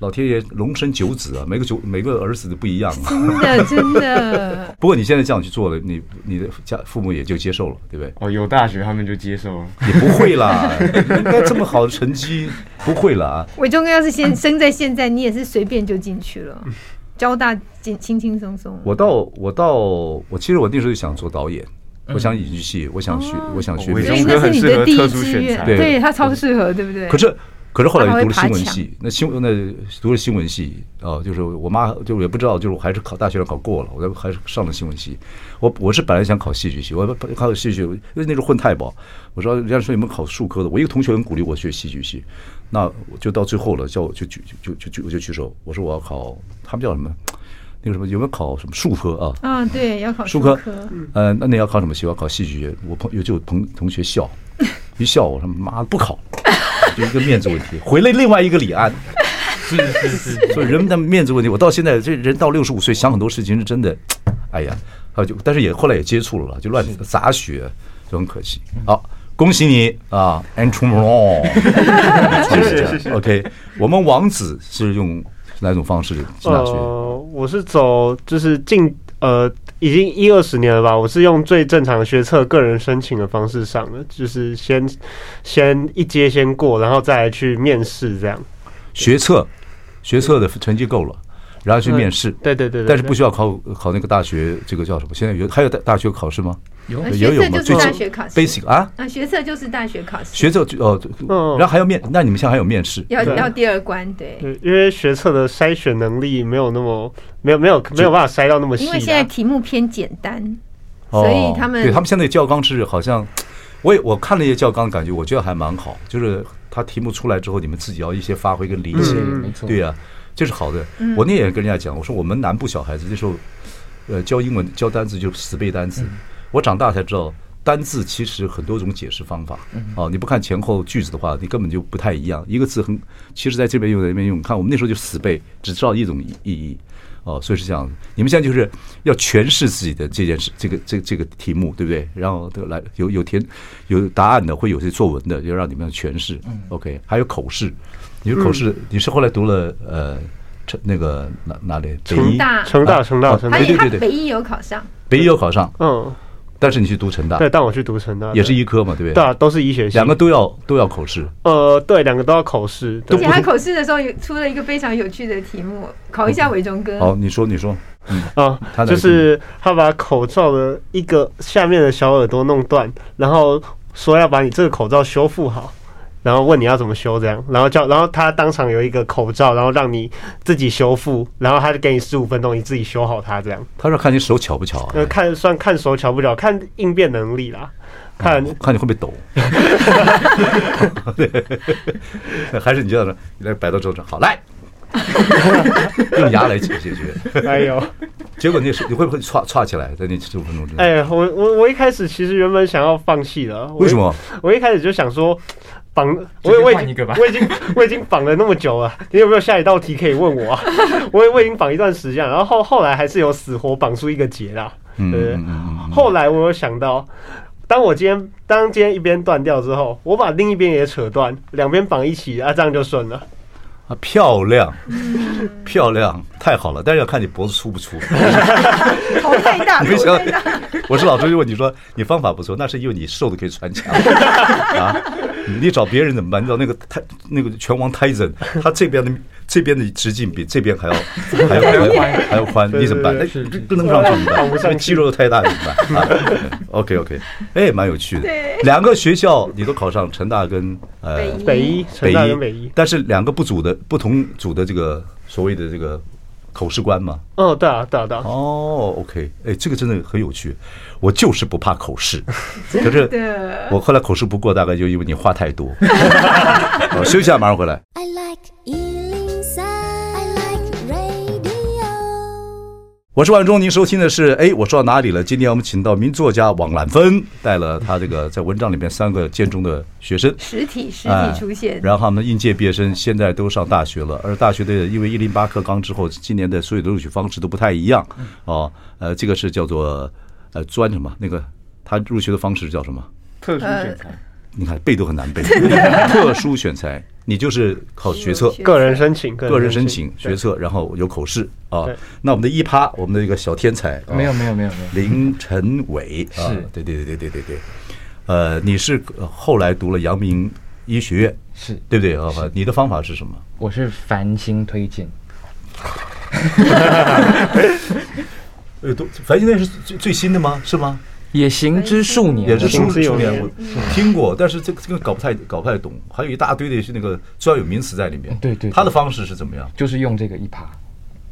Speaker 1: 老天爷龙生九子啊，每个九每个儿子都不一样啊。
Speaker 5: 真的真的，
Speaker 1: 不过你现在这样去做了，你你的家父母也就接受了，对不对？
Speaker 3: 哦，有大学他们就接受了。
Speaker 1: 也不会啦， 应该这么好的成绩，不会啦啊。
Speaker 5: 伟忠哥要是先生在现在，你也是随便就进去了，交大进轻轻松松，
Speaker 1: 我到我到我其实我那时候就想做导演，我想影剧系，我想学，我想学
Speaker 3: 哦
Speaker 1: 美
Speaker 5: 所
Speaker 1: 术
Speaker 5: 以
Speaker 3: 我
Speaker 1: 系。
Speaker 3: 也
Speaker 5: 那是你的第一
Speaker 3: 很适合特殊
Speaker 5: 志
Speaker 3: 选
Speaker 5: 愿，
Speaker 3: 材
Speaker 1: 对
Speaker 5: 对嗯他超适合，对不对？
Speaker 1: 可是，可是后来
Speaker 5: 他还
Speaker 1: 又读
Speaker 5: 会
Speaker 1: 了新闻
Speaker 5: 爬
Speaker 1: 系，那新那读了新闻系啊、就是我妈就也不知道，就是我还是考大学考过了，我就还是上了新闻系。我我是本来想考戏剧系，我考戏剧，因为那时候混太饱，我说人家说你们考数科的，我一个同学很鼓励我学戏剧系，那我就到最后了，叫我就举就就就我就举手，我说我要考，他们叫什么？那个什么有没有考什么数科啊？
Speaker 5: 啊，对，要考
Speaker 1: 数
Speaker 5: 科
Speaker 1: 科，，
Speaker 4: 嗯
Speaker 1: 呃，那你要考什么学？我要考戏剧学。我朋友就有同同学笑，一笑，我说妈不考，就一个面子问题。回来另外一个李安，
Speaker 4: 是是是，
Speaker 1: 所以人们的面子问题，我到现在这人到六十五岁想很多事情是真的，哎呀，还有就但是也后来也接触了啦，就乱杂学，就很可惜。好，恭喜你啊 a n t r e p r e n
Speaker 3: 谢谢谢谢
Speaker 1: OK，我们王子是用哪种方式
Speaker 4: 哦
Speaker 1: 进大学？
Speaker 6: 呃，我是走就是近呃已经一二十年了吧，我是用最正常的学测个人申请的方式上的，就是先先一阶先过，然后再来去面试这样。
Speaker 1: 学测，学测的成绩够了，然后去面试。
Speaker 6: 嗯对对对对，
Speaker 1: 但是不需
Speaker 6: 要。
Speaker 1: 要考考那个大学，这个叫什么？现在有还有大大学考试吗？
Speaker 4: 有
Speaker 5: 呃
Speaker 1: 也
Speaker 5: 学
Speaker 1: 有
Speaker 5: 测
Speaker 1: 嘛，
Speaker 5: 就
Speaker 1: 最
Speaker 5: 是大
Speaker 1: 近
Speaker 5: 学考试
Speaker 1: basic 啊，
Speaker 5: 啊，学测就是大学考试，
Speaker 1: 学测就哦，
Speaker 6: 嗯
Speaker 1: 然后还要面，那你们现在还有面试？
Speaker 5: 要
Speaker 6: 对
Speaker 5: 要第二关，对，
Speaker 6: 对，因为学测的筛选能力没有那么没有没有没有办法筛到那么细
Speaker 5: 因
Speaker 6: 啦。
Speaker 5: 为现在题目偏简单，
Speaker 1: 哦
Speaker 5: 所以他们
Speaker 1: 对他们现在教纲是好像，我也我看了一些教纲，感觉我觉得还蛮好，就是它题目出来之后，你们自己要一些发挥跟理解，
Speaker 6: 嗯
Speaker 4: 没错，
Speaker 1: 对呀、这是好的。我那也跟人家讲，我说我们南部小孩子那时候，呃，教英文教单词就死背单词。
Speaker 5: 嗯
Speaker 1: 我长大才知道，单字其实很多种解释方法。
Speaker 5: 嗯
Speaker 1: 啊，你不看前后句子的话，你根本就不太一样。一个字很，其实在这边用，在那边用。看我们那时候就死背，只知道一种意义。哦，所以是这样子。你们现在就是要诠释自己的这件事，这个这这个题目，对不对？然后这个来有有填有答案的，会有些作文的，就让你们要诠释。OK，还有
Speaker 5: 嗯
Speaker 1: 口试，你说口试，你是后来读了呃，成那个哪哪里？北
Speaker 5: 成
Speaker 1: 医，
Speaker 5: 大
Speaker 6: 成大
Speaker 1: 啊
Speaker 6: 成大
Speaker 1: 啊
Speaker 6: 成
Speaker 5: 他
Speaker 6: 大，
Speaker 1: 对
Speaker 5: 也
Speaker 1: 对
Speaker 5: 他
Speaker 1: 对对
Speaker 5: 北一有考上，
Speaker 1: 北医有考上，
Speaker 6: 嗯，
Speaker 1: 但是你去读成大，
Speaker 6: 对，但我去读成大
Speaker 1: 啊也是
Speaker 6: 对
Speaker 1: 医科嘛，对不对？
Speaker 6: 对啊，都是医学系
Speaker 1: 两个都要都要口试，
Speaker 6: 呃，对，两个都要口试，
Speaker 1: 都
Speaker 5: 而
Speaker 6: 对
Speaker 5: 且
Speaker 1: 不
Speaker 5: 他
Speaker 1: 同
Speaker 5: 口试的时候有出了一个非常有趣的题目，考一下伟忠
Speaker 6: 嗯
Speaker 5: 哥，
Speaker 1: 嗯好，你说你说，
Speaker 6: 啊
Speaker 1: 他，哪
Speaker 6: 就
Speaker 1: 个
Speaker 6: 是他把口罩的一个下面的小耳朵弄断，然后说要把你这个口罩修复好，然后问你要怎么修这样，然后叫，然后他当场有一个口罩，然后让你自己修复，然后他就给你十五分钟，你自己修好它这样，
Speaker 1: 他说看你手巧不巧啊，
Speaker 6: 呃，看算看手巧不巧，看应变能力啦，看
Speaker 1: 看你会不会 抖，对， 还是你这样的，你来摆到桌上，好来， 用牙来解决，
Speaker 6: 哎呦。
Speaker 1: 结果那是你会不会歘歘起来，在那十五分钟之内？
Speaker 6: 哎，我我我一开始其实原本想要放弃了，我
Speaker 1: 为什么？
Speaker 6: 我一开始就想说绑，
Speaker 4: 直
Speaker 6: 我
Speaker 4: 接
Speaker 6: 我已
Speaker 4: 换一个
Speaker 6: 经
Speaker 4: 吧
Speaker 6: 我已经我已经绑了那么久了，你有没有下一道题可以问我啊？ 我我已经绑一段时间了，然后后后来还是有死活绑出一个结啦。
Speaker 1: 嗯
Speaker 6: 对
Speaker 1: 嗯嗯嗯
Speaker 6: 后来我有想到，当我今天当今天一边断掉之后，我把另一边也扯断，两边绑一起啊，这样就顺了。
Speaker 1: 啊，漂亮，漂亮，太好了！但是要看你脖子粗不粗。
Speaker 5: 头太 大，
Speaker 1: 你没
Speaker 5: 头
Speaker 1: 想
Speaker 5: 太大
Speaker 1: 到。，我是老师，如果你说你方法不错，那是因为你瘦的可以穿墙啊。你找别人怎么办？你找那个泰那个拳王泰森，他这边的这边的直径比这边 还要还要还要宽，还要宽，
Speaker 6: 对
Speaker 1: 你怎么办？
Speaker 6: 对
Speaker 1: 哎
Speaker 6: 对，
Speaker 4: 是
Speaker 1: 不能上去怎么
Speaker 6: 绑不
Speaker 1: 办？
Speaker 6: 上
Speaker 1: 这
Speaker 6: 去
Speaker 1: 肌肉太大怎么办？啊 OK OK，哎，蛮有趣的
Speaker 5: 对。
Speaker 1: 两个学校你都考上，成大跟呃
Speaker 5: 北一
Speaker 6: 北一、成大跟北一，
Speaker 1: 但是两个不组的不同组的这个所谓的这个口试官嘛。
Speaker 6: 哦，对啊，对啊，对啊，
Speaker 1: 哦，OK，哎，这个真的很有趣。我就是不怕口试，可是
Speaker 5: 的，
Speaker 1: 我后来口试不过，大概就因为你话太多。 好休息一下，马上回来。
Speaker 2: I like Ealing Sound. I like radio.
Speaker 1: 我是万忠，您收听的是哎，我说到哪里了？今天我们请到名作家王兰芬，带了他这个在文章里面三个建中的学生，
Speaker 5: 实体实
Speaker 1: 哎
Speaker 5: 体出现，
Speaker 1: 然后他们应届毕业生现在都上大学了，而大学的因为一零八课纲之后，今年的所有的录取方式都不太一样
Speaker 5: 嗯
Speaker 1: 哦。呃，这个是叫做呃专什么那个，他入学的方式叫什么？
Speaker 3: 特殊选材，
Speaker 1: 你看背都很 难背，特殊选材，你就是考学测。
Speaker 6: 个人申请，
Speaker 1: 个人申请学测，然后有口试啊
Speaker 6: 对。
Speaker 1: 那我们的一趴，我们的一个小天才，啊
Speaker 4: 没有没有没有没有，
Speaker 1: 林晨伟啊
Speaker 4: 是，
Speaker 1: 对对对对对对对，呃，你是呃后来读了阳明医学院，
Speaker 4: 是
Speaker 1: 对不对啊？你的方法是什么？
Speaker 4: 我是繁星推荐，
Speaker 1: 呃，都繁星院是最最新的吗？是吗？
Speaker 4: 也行之数年了，
Speaker 1: 也是
Speaker 6: 行
Speaker 1: 数
Speaker 6: 之有
Speaker 1: 数年，
Speaker 6: 年
Speaker 1: 我听过，但是这个这个搞不太搞不太懂，还有一大堆的是那个专有名词在里面
Speaker 4: 嗯。对对对
Speaker 1: 他的方式是怎么样？
Speaker 4: 就是用这个一趴，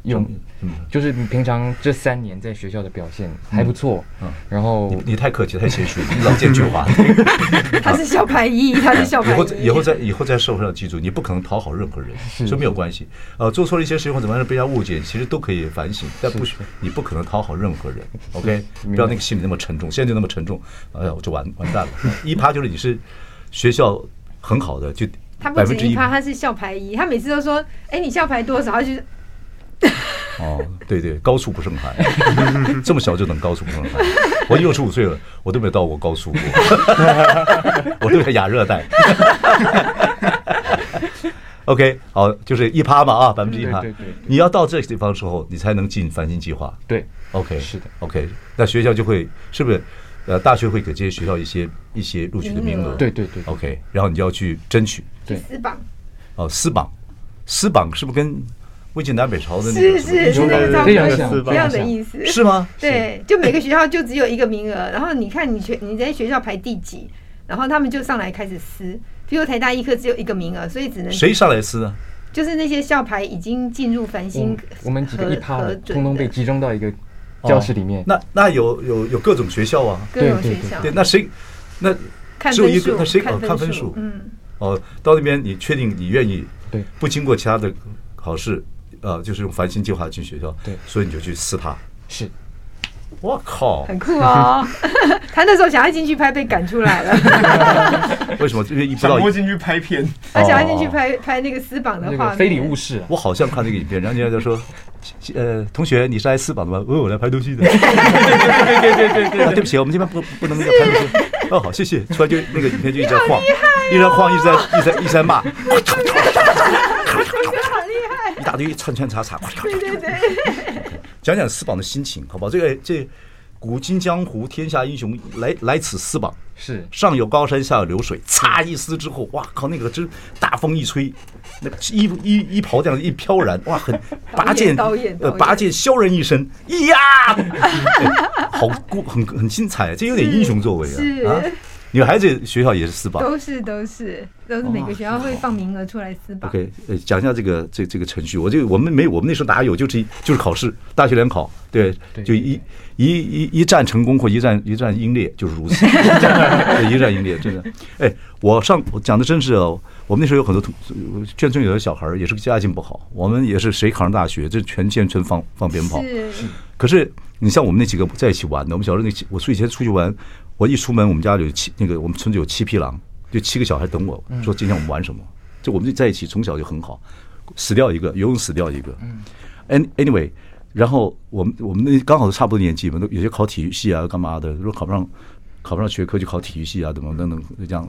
Speaker 4: 用
Speaker 1: 嗯，
Speaker 4: 就是你平常这三年在学校的表现还不错，
Speaker 1: 嗯
Speaker 4: 然后
Speaker 1: 你你太客气，太谦虚，你老见句 话。
Speaker 5: 他是小排一，他是小
Speaker 1: 以
Speaker 5: 排
Speaker 1: 后在
Speaker 5: 一。
Speaker 1: 以后在以后在社会上记住，你不可能讨好任何人，所以没有关系。呃，做错了一些事情或怎么样被人家误解，其实都可以反省，但不许你不可能讨好任何人。OK，不要那个心里那么沉重，现在就那么沉重，哎呀，我就完完蛋了。一趴就是你是学校很好的，就
Speaker 7: 他不
Speaker 1: 百
Speaker 7: 止
Speaker 1: 分之
Speaker 7: 一
Speaker 1: 一
Speaker 7: 趴，他是校排一，他每次都说，哎、你校排多少？他就是
Speaker 1: 哦，对对，高处不胜寒， 这么小就能高处不胜寒。我六十五岁了，我都没有到过高处过， 我都在亚热带。OK，好，就是一趴嘛啊，百分之一趴
Speaker 4: 对对对。
Speaker 1: 你要到这个地方的时候，你才能进繁星计划。
Speaker 4: 对
Speaker 1: OK，
Speaker 4: 是的
Speaker 1: ，OK，那学校就会是不是？呃，大学会给这些学校一些一些录取的名额。
Speaker 4: 对对对，
Speaker 1: OK，然后你就要去争取。
Speaker 4: 对
Speaker 7: 死榜，
Speaker 1: 哦，私榜，私榜是不是跟魏晋南北朝的那
Speaker 7: 是
Speaker 1: 个什么
Speaker 7: 是是那个差不
Speaker 4: 非
Speaker 7: 多
Speaker 4: 常像
Speaker 7: 是一
Speaker 6: 非
Speaker 7: 样
Speaker 6: 常
Speaker 7: 的
Speaker 4: 像
Speaker 7: 意思。
Speaker 1: 是吗？
Speaker 7: 对，就每个学校就只有一个名额，然后你看你学你在学校排第几，然后他们就上来开始撕。比如台大医科只有一个名额，所以只能
Speaker 1: 谁上来撕呢？
Speaker 7: 就是那些校排已经进入繁
Speaker 4: 我
Speaker 7: 星
Speaker 4: 们我们几个一趴
Speaker 7: 核
Speaker 4: 的
Speaker 7: 核准
Speaker 4: 通通被
Speaker 7: 的
Speaker 4: 集中到一个教室里面，
Speaker 1: 哦那那有有有各种学校啊，
Speaker 7: 各种
Speaker 4: 对
Speaker 7: 学
Speaker 4: 对对
Speaker 7: 校
Speaker 1: 对，那谁那
Speaker 7: 看
Speaker 1: 只有一
Speaker 7: 分数，
Speaker 1: 个，那谁哦看分数
Speaker 7: 数，嗯，
Speaker 1: 哦，到那边你确定你愿意
Speaker 4: 对
Speaker 1: 不经过其他的考试，呃，就是用繁星计划进学校，
Speaker 4: 对
Speaker 1: 所以你就去撕它。
Speaker 4: 是
Speaker 1: 我靠，
Speaker 7: 很酷 哦。他那时候想要进去拍，被赶出来了。
Speaker 1: 为什么？因为一不
Speaker 3: 想
Speaker 1: 到
Speaker 3: 摸进去拍片，
Speaker 7: 他想要进去拍拍那个私榜的
Speaker 1: 哦
Speaker 4: 那
Speaker 7: 画
Speaker 4: 个
Speaker 7: 面，
Speaker 4: 非礼勿视啊，
Speaker 1: 我好像看那个影片，然后人家就说，呃，同学，你是来撕榜的吗？哦，我来拍东西的。对对对对对对不起，我们这边不不能那个拍东西。哦，好，谢谢。突然就那个影片就一直在晃，一直在晃，一 直在一直在一直在骂，
Speaker 7: 好厉害。
Speaker 1: 一大堆穿穿插插。
Speaker 7: 对对对，
Speaker 1: 讲讲私榜的心情，好不好？这个这古今江湖，天下英雄来来此私榜，
Speaker 4: 是
Speaker 1: 上有高山，下有流水，擦一撕之后，哇靠，那个真大风一吹，那个衣服衣衣袍这样一飘然，哇，很拔剑，
Speaker 7: 导演导
Speaker 1: 呃，
Speaker 7: 演
Speaker 1: 拔剑削人一身，呀，哎 好过很很精彩，这有点英雄作为
Speaker 7: 是
Speaker 1: 啊啊！女孩子学校也是私榜。
Speaker 7: 都是都是都是每个学校会放名额出来私榜。
Speaker 1: OK，呃，讲一下这个这这个程序。我就我们没有，我们那时候哪有，就是一就是考试，大学联考，对，
Speaker 4: 对
Speaker 1: 就一一一一战成功或一战一战英烈，就是如 此，对一战英烈，真的。哎，我上我讲的真是哦，我们那时候有很多同呃眷村有的小孩儿也是家境不好，我们也是谁考上大学，这全眷村放放鞭炮。
Speaker 7: 是，
Speaker 1: 可是你像我们那几个在一起玩的，我们小时候那几，我以前出去玩，我一出门，我们家里有七那个我们村子有七匹狼，就七个小孩等我，说今天我们玩什么，就我们就在一起，从小就很好，死掉一个，游泳死掉一个。嗯，anyway，然后我们我们那刚好都差不多年纪嘛，都有些考体育系啊干嘛的，如果考不上考不上学科就考体育系啊，怎么等等就这样。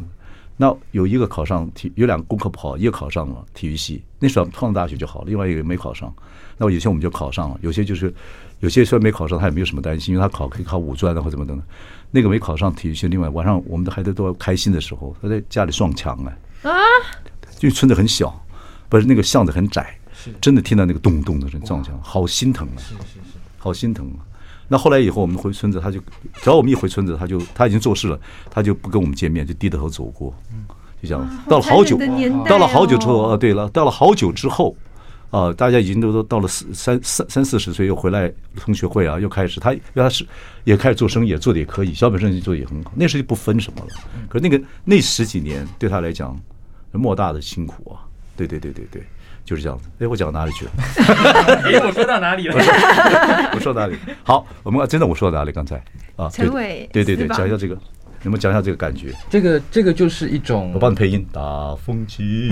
Speaker 1: 那有一个考上体，有两个功课不好，一个考上了体育系，那时候上大学就好了，另外一个没考上。那有些我们就考上了，有些就是有些虽然没考上，他也没有什么担心，因为他考可以考五专啊或怎么等等。那个没考上体育系，另外晚上我们的孩子都要开心的时候，他在家里撞墙哎啊，因为村子很小，不是那个巷子很窄，真的听到那个咚咚的声撞墙，好心疼啊！好心疼啊！那后来以后我们回村子，他就只要我们一回村子，他就他已经做事了，他就不跟我们见面，就低着头走过，就这样。到了好久，
Speaker 7: 嗯啊残忍的年代哦
Speaker 1: 到了好久之后啊，对了，到了好久之后。啊、大家已经都都到了四三三三四十岁，又回来同学会啊，又开始他因为他是也开始做生意，也做的也可以，小本生意做的也很好。那时候就不分什么了，
Speaker 7: 嗯
Speaker 1: 可是那个那十几年对他来讲，莫大的辛苦啊！对对对对对，就是这样子。哎，我讲到哪里去了？
Speaker 4: 哎，我说到哪里了？
Speaker 1: 我说到哪里？好，我们真的我说到哪里？刚才啊，
Speaker 7: 陈
Speaker 1: 对
Speaker 7: 伟
Speaker 1: 对对对，
Speaker 7: 是吧
Speaker 1: 讲一下这个，你们讲一下这个感觉。
Speaker 4: 这个这个就是一种
Speaker 1: 我帮你配音，大风起，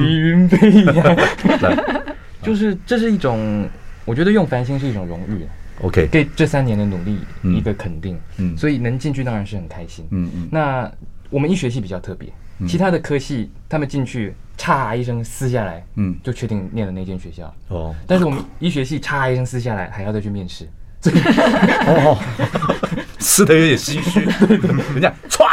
Speaker 4: 云飞扬，
Speaker 1: 来
Speaker 4: 就是这是一种，我觉得用繁星是一种荣誉，啊
Speaker 1: ，OK，
Speaker 4: 给这三年的努力
Speaker 1: 嗯
Speaker 4: 一个肯定，
Speaker 1: 嗯
Speaker 4: 所以能进去当然是很开心。
Speaker 1: 嗯嗯
Speaker 4: 那我们医学系比较特别，其他的科系他们进去嚓一声撕下来，
Speaker 1: 嗯
Speaker 4: 就确定念了那间学校。
Speaker 1: 哦
Speaker 4: 但 是我们医学系嚓一声撕下来，还要再去面试，
Speaker 1: 哦，撕的有点心虚，人家歘，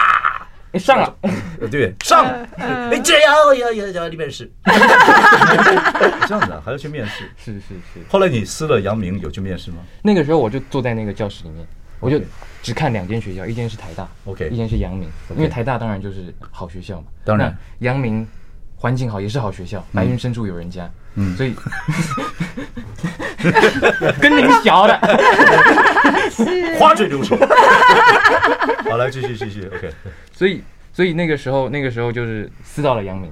Speaker 4: 哎，上了，
Speaker 1: 呃对，上，哎，这样要要要里面试，这样子啊，还要去面试。
Speaker 4: 是是是。
Speaker 1: 后来你撕了杨明，有去面试吗？
Speaker 4: 那个时候我就坐在那个教室里面，我就只看两间学校，一间是台大
Speaker 1: OK
Speaker 4: 一间是阳明
Speaker 1: OK
Speaker 4: 因为台大当然就是好学校嘛，
Speaker 1: 当然，嗯
Speaker 4: 阳明环境好也是好学校，白云深处有人家，嗯， 所以跟您小的，
Speaker 1: 花水流出。好，来继续继续，OK。
Speaker 4: 所以所以那个时候那个时候就是撕到了阳明，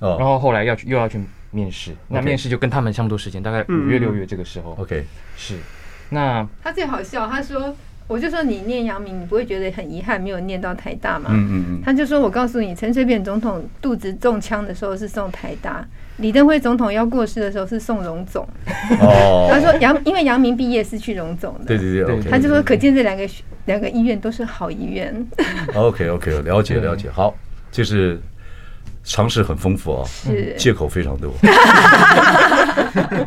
Speaker 1: 哦，
Speaker 4: 然后后来要去又要去面试，那
Speaker 1: OK 嗯
Speaker 4: 面试就跟他们差不多时间，大概五月六月这个时候
Speaker 1: OK，
Speaker 4: 是，那
Speaker 5: 他最好笑，他说，我就说你念阳明，你不会觉得很遗憾没有念到台大吗？
Speaker 1: 嗯嗯嗯，
Speaker 5: 他就说：“我告诉你，陈水扁总统肚子中枪的时候是送台大，李登辉总统要过世的时候是送荣总。
Speaker 1: 哦，
Speaker 5: 他说杨，因为杨明毕业是去荣总的。
Speaker 1: 对对对
Speaker 4: 对
Speaker 1: ，OK，
Speaker 5: 他就说，可见这两个学两个医院都是好医院。
Speaker 1: OK OK，了解了解，好，就是常识很丰富啊、
Speaker 5: 是
Speaker 1: 借口非常 多。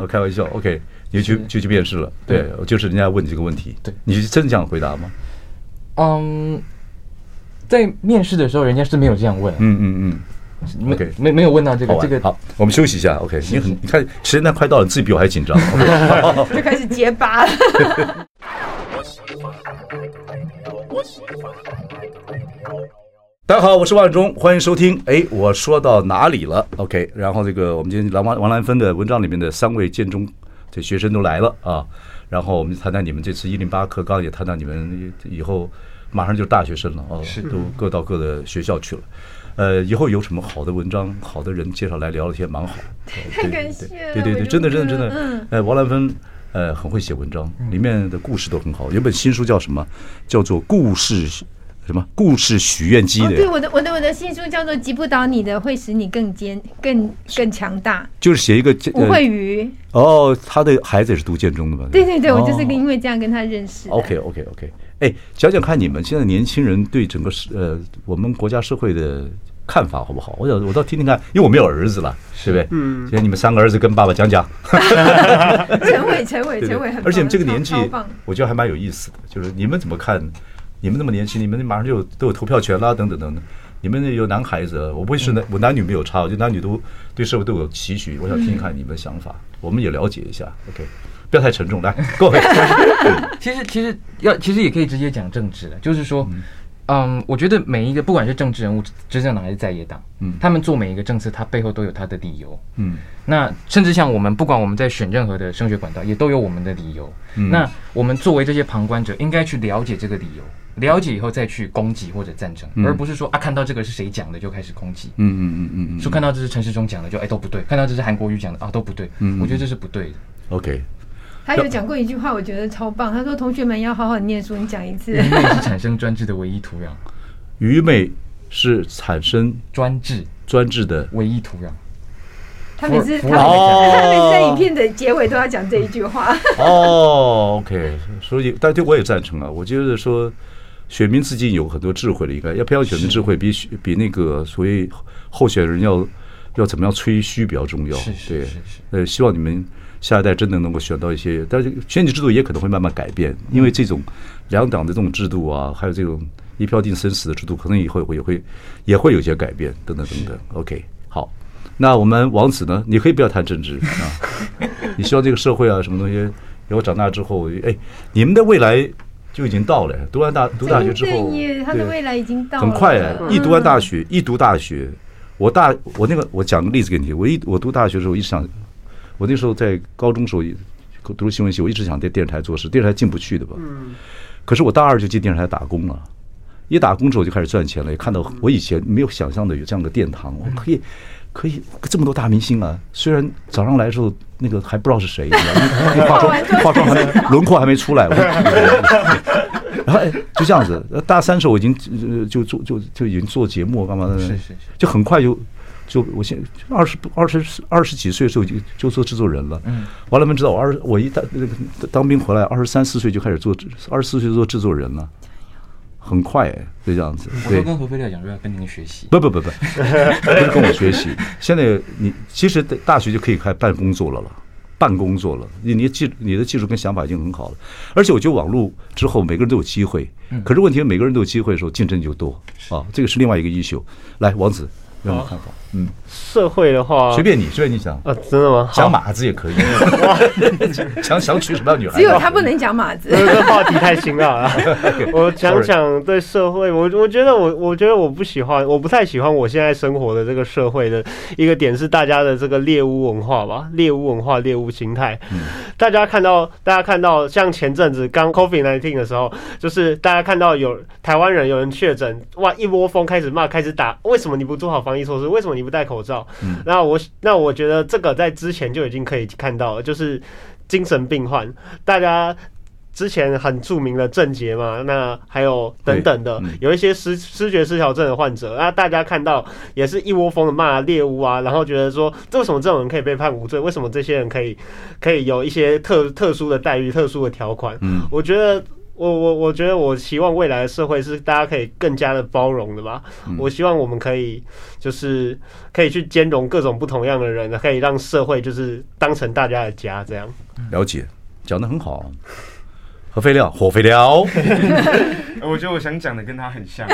Speaker 1: 我开玩笑，OK，你就去就去面试了，对，就是人家问你这个问题，
Speaker 4: 对
Speaker 1: 你是真的这样回答吗？
Speaker 4: 嗯，在面试的时候人家是没有这样问，
Speaker 1: 嗯嗯嗯，
Speaker 4: 没
Speaker 1: OK
Speaker 4: 没没有问到这
Speaker 1: 好
Speaker 4: 个哎这
Speaker 1: 玩，
Speaker 4: 个
Speaker 1: 好，我们休息一下，OK，你很你看时间那快到了，你自己比我还 紧张。OK
Speaker 7: 就开始结巴了。
Speaker 1: 大家好，我是万忠，欢迎收听。哎，我说到哪里了？OK，然后这个我们今天王王兰芬的文章里面的三位建中这学生都来了啊，然后我们谈谈你们这次一零八课，刚刚也谈到你们以后马上就大学生了哦，
Speaker 4: 是
Speaker 1: 都各到各的学校去了。呃，以后有什么好的文章、好的人介绍来聊一天，蛮好。太
Speaker 5: 感谢了
Speaker 1: 对对对，
Speaker 5: 我
Speaker 1: 真的
Speaker 5: 觉
Speaker 1: 真
Speaker 5: 得
Speaker 1: 的真的
Speaker 5: 嗯，
Speaker 1: 呃，王兰芬。呃，很会写文章，里面的故事都很好。原本新书叫什么？叫做《故事什么故事许愿机》
Speaker 5: 哦，
Speaker 1: 的。
Speaker 5: 对，我的我的我的新书叫做《击不倒你的会使你更坚更更强大
Speaker 1: 就是写一个》，
Speaker 5: 吴
Speaker 1: 呃
Speaker 5: 慧瑜。
Speaker 1: 哦，他的孩子也是读建中的吧？
Speaker 5: 对对对，我就是
Speaker 1: 你。
Speaker 5: 因为这样跟他认识的。
Speaker 1: 哦 OK OK OK，哎，讲讲看你们现在年轻人对整个社呃我们国家社会的看法好不好？我想我倒听听看，因为我没有儿子了，对不对？嗯，现在你们三个儿子跟爸爸讲讲，
Speaker 7: 陈伟，陈伟，
Speaker 1: 对
Speaker 7: 陈
Speaker 1: 不
Speaker 7: 伟
Speaker 1: 对
Speaker 7: 哎很？棒，
Speaker 1: 而且这个年纪
Speaker 7: 超超棒，
Speaker 1: 我觉得还蛮有意思的，就是你们怎么看？你们那么年轻，你们马上就有都有投票权啦，等等等等。你们有男孩子，我不会是
Speaker 7: 嗯
Speaker 1: 男，我男女没有差，我觉得男女都对社会都有期许。我想听听看你们的想法，我们也了解一下。OK，不要太沉重，来，各位。
Speaker 4: 其实其实要其实也可以直接讲政治了，就是说，嗯我觉得每一个不管是政治人物、执政党还是在野党，
Speaker 1: 嗯
Speaker 4: 他们做每一个政策，它背后都有它的理由。
Speaker 1: 嗯
Speaker 4: 那甚至像我们，不管我们在选任何的升学管道，也都有我们的理由。
Speaker 1: 嗯
Speaker 4: 那我们作为这些旁观者，应该去了解这个理由，了解以后再去攻击或者赞成，而不是说啊看到这个是谁讲的就开始攻击。
Speaker 1: 嗯嗯嗯嗯
Speaker 4: 说看到这是陈世忠讲的，就哎都不对；看到这是韩国瑜讲的啊都不对。
Speaker 1: 嗯
Speaker 4: 我觉得这是不对的。
Speaker 1: ，OK，
Speaker 7: 他有讲过一句话，我觉得超棒。他说：“同学们要好好念书，你讲一次。
Speaker 4: 愚昧是产生专制的唯一土壤，
Speaker 1: 愚昧是产生
Speaker 4: 专制
Speaker 1: 专制的。
Speaker 4: 唯一土壤。”
Speaker 7: 他每次
Speaker 4: 福
Speaker 7: 他
Speaker 4: 尔
Speaker 7: 每次他每次在影
Speaker 1: 哦
Speaker 7: 片的结尾都要讲这一句话。
Speaker 1: 哦，OK，所以但对我也赞成啊，我觉得说选民自己有很多智慧的，应该要培养选民智慧比选，比那个所谓候选人要要怎么样吹嘘比较重要。
Speaker 4: 是是
Speaker 1: 对
Speaker 4: 是是
Speaker 1: 呃，希望你们下一代真的能够选到一些，但是选举制度也可能会慢慢改变，因为这种两党的这种制度啊，还有这种一票定生死的制度，可能以后也会也会也会有些改变，等等等等。OK，好，那我们王子呢，你可以不要谈政治啊，你希望这个社会啊，什么东西，以后长大之后，哎，你们的未来就已经到了，读完大读 大学之后，
Speaker 5: 对耶，他的
Speaker 1: 对
Speaker 5: 未来已经到了。嗯
Speaker 1: 很快、哎，
Speaker 7: 嗯
Speaker 1: 一读完大学，一读大学，我大我那个我讲个例子给你听。我一我读大学的时候，我一直想，我那时候在高中时候也读新闻系，我一直想在电视台做事，电视台进不去的吧。
Speaker 5: 嗯
Speaker 1: 可是我大二就进电视台打工了，一打工之后就开始赚钱了，也看到我以前没有想象的有这样的殿堂，我可以。可以这么多大明星啊！虽然早上来的时候那个还不知道是谁，你知道吗因为化妆 化妆还没轮廓还没出 来，我然后哎就这样子，呃大三时候我已经呃就做就就已经做节目干嘛的，
Speaker 4: 是是是
Speaker 1: 就很快就就我现二十二十二十几岁的时候就就做制作人了，
Speaker 4: 嗯，
Speaker 1: 完了没知道我二十我一当那个当兵回来二十三四岁就开始做二十四岁就做制作人了，很快哎就这样子，
Speaker 4: 我
Speaker 1: 对
Speaker 4: 都。跟何飞料讲说要跟您学习。
Speaker 1: 不不不不，不是跟我学 习。现在你其实大学就可以开始办工作了了，办工作了。你你技你的技术跟想法已经很好了，而且我觉得网络之后每个人都有机
Speaker 5: 嗯
Speaker 1: 会。可是问题是每个人都有机会的时候，竞争就多啊，这个是另外一个 issue。来，王子，有什么看法？嗯，
Speaker 6: 社会的话，
Speaker 1: 随便你，随便你想，
Speaker 6: 啊，真的吗？
Speaker 1: 想马子也 可以，想想娶什么样的女孩，
Speaker 5: 只有他不能讲马子
Speaker 6: 这。这话题太辛辣了。 我想想对社会，我我觉得我我觉得我不喜欢，我不太喜欢我现在生活的这个社会的一个点是大家的这个猎巫文化吧，猎巫文化、猎巫心态。
Speaker 1: 嗯
Speaker 6: 大家看到，大家看到，像前阵子刚 COVID 1 9的时候，就是大家看到有台湾人有人确诊，哇，一窝蜂开始骂，开始打，为什么你不做好防疫措施？为什么你不戴口罩？那我那我觉得这个在之前就已经可以看到了，就是精神病患，大家。之前很著名的症结嘛，那还有等等的，
Speaker 1: 对嗯
Speaker 6: 有一些失失觉失调症的患者，那大家看到也是一窝蜂的骂猎物啊，然后觉得说，这为什么这种人可以被判无罪？为什么这些人可以可以有一些特特殊的待遇、特殊的条款？
Speaker 1: 嗯
Speaker 6: 我觉得。我我我觉得，我希望未来的社会是大家可以更加的包容的吧。我希望我们可以就是可以去兼容各种不同样的人，可以让社会就是当成大家的家这样。
Speaker 1: 了解，讲的很好。核废料，火废料，
Speaker 3: 呃我觉得我想讲的跟他很像，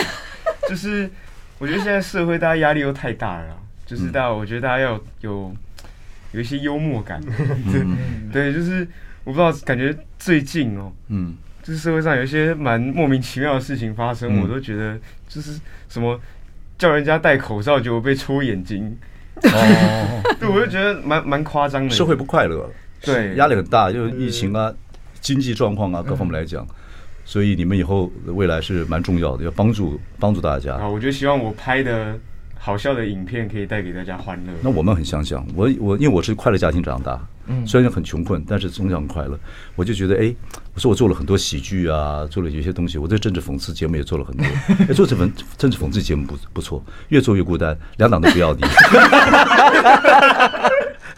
Speaker 3: 就是我觉得现在社会大家压力又太大了啊，就是大家我觉得大家要有有一些幽默感， 对，就是我不知道，感觉最近哦，
Speaker 1: 嗯，
Speaker 3: 就是社会上有一些蛮莫名其妙的事情发生，
Speaker 1: 嗯
Speaker 3: 我都觉得就是什么叫人家戴口罩结果被戳眼睛，
Speaker 1: 哦，
Speaker 3: 对，我就觉得蛮蛮夸张的，
Speaker 1: 社会不快乐了，
Speaker 3: 对
Speaker 1: 压力很大，就是疫情啊、经济状况啊各方面来讲，所以你们以后未来是蛮重要的，要帮助帮助大家。
Speaker 3: 啊，我就希望我拍的好笑的影片可以带给大家欢乐。
Speaker 1: 那我们很相像，我我因为我是快乐家庭长大，嗯，虽然很穷困，但是从小很快乐。我就觉得，哎，我说我做了很多喜剧啊，做了有些东西，我对政治讽刺节目也做了很多。哎，做这份政治讽刺节目不不错，越做越孤单，两党都不要你。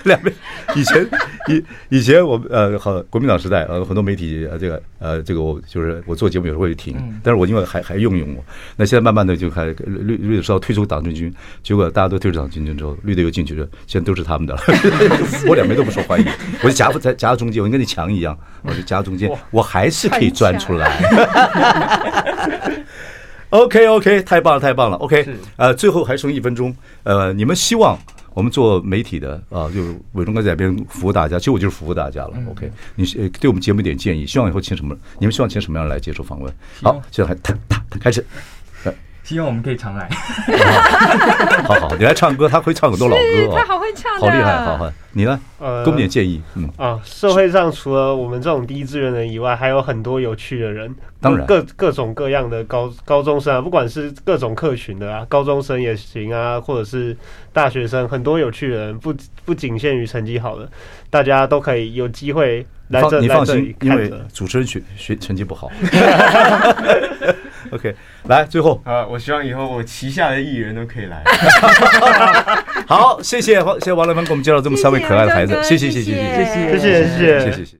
Speaker 1: 两边以前以以前我们呃好国民党时代呃很多媒体呃这个呃这个我就是我做节目有时候会停，但是我因为还还用用我，那现在慢慢的就开绿绿的时候退出党政军，结果大家都退出党政军之后，绿的又进去了，现在都是他们的了， 我两边都不受欢迎，我就夹在夹在中间，我跟你墙一样，我就夹中间，我还是可以钻出来。OK OK，太棒了，太棒了。OK，呃，最后还剩一分钟，呃，你们希望我们做媒体的啊、就是伟忠哥在边服务大家，其实我就是服务大家了。OK，你呃对我们节目一点建议，希望以后请什么？你们希望请什么样人来接受访问？
Speaker 4: 望
Speaker 1: 好，现在还哒哒哒开始，
Speaker 4: 希望我们可以常来。
Speaker 1: 好好，你来唱歌，他会唱 很多老歌
Speaker 5: 他
Speaker 1: 啊、
Speaker 5: 好会唱
Speaker 1: 好
Speaker 5: 的，
Speaker 1: 厉害，好好，你呢？
Speaker 6: 呃
Speaker 1: 给我们点建议，嗯，
Speaker 6: 啊，社会上除了我们这种低志愿的人以外，还有很多有趣的人，
Speaker 1: 当然
Speaker 6: 各各种各样的高高中生啊，不管是各种客群的啊，高中生也行啊，或者是大学生，很多有趣的人，不不仅限于成绩好的，大家都可以有机会来这
Speaker 1: 放你
Speaker 6: 来
Speaker 1: 放
Speaker 6: 这里
Speaker 1: 心，因
Speaker 6: 看
Speaker 1: 为
Speaker 6: 着。
Speaker 1: 主持人学学成绩不好。OK，来最后
Speaker 3: 啊，我希望以后我旗下的艺人都可以来。
Speaker 1: 好，谢谢黄，谢谢王来芬给我们介绍这么三位可爱的孩子，谢谢，谢谢，谢谢，
Speaker 6: 谢谢，谢
Speaker 1: 谢谢。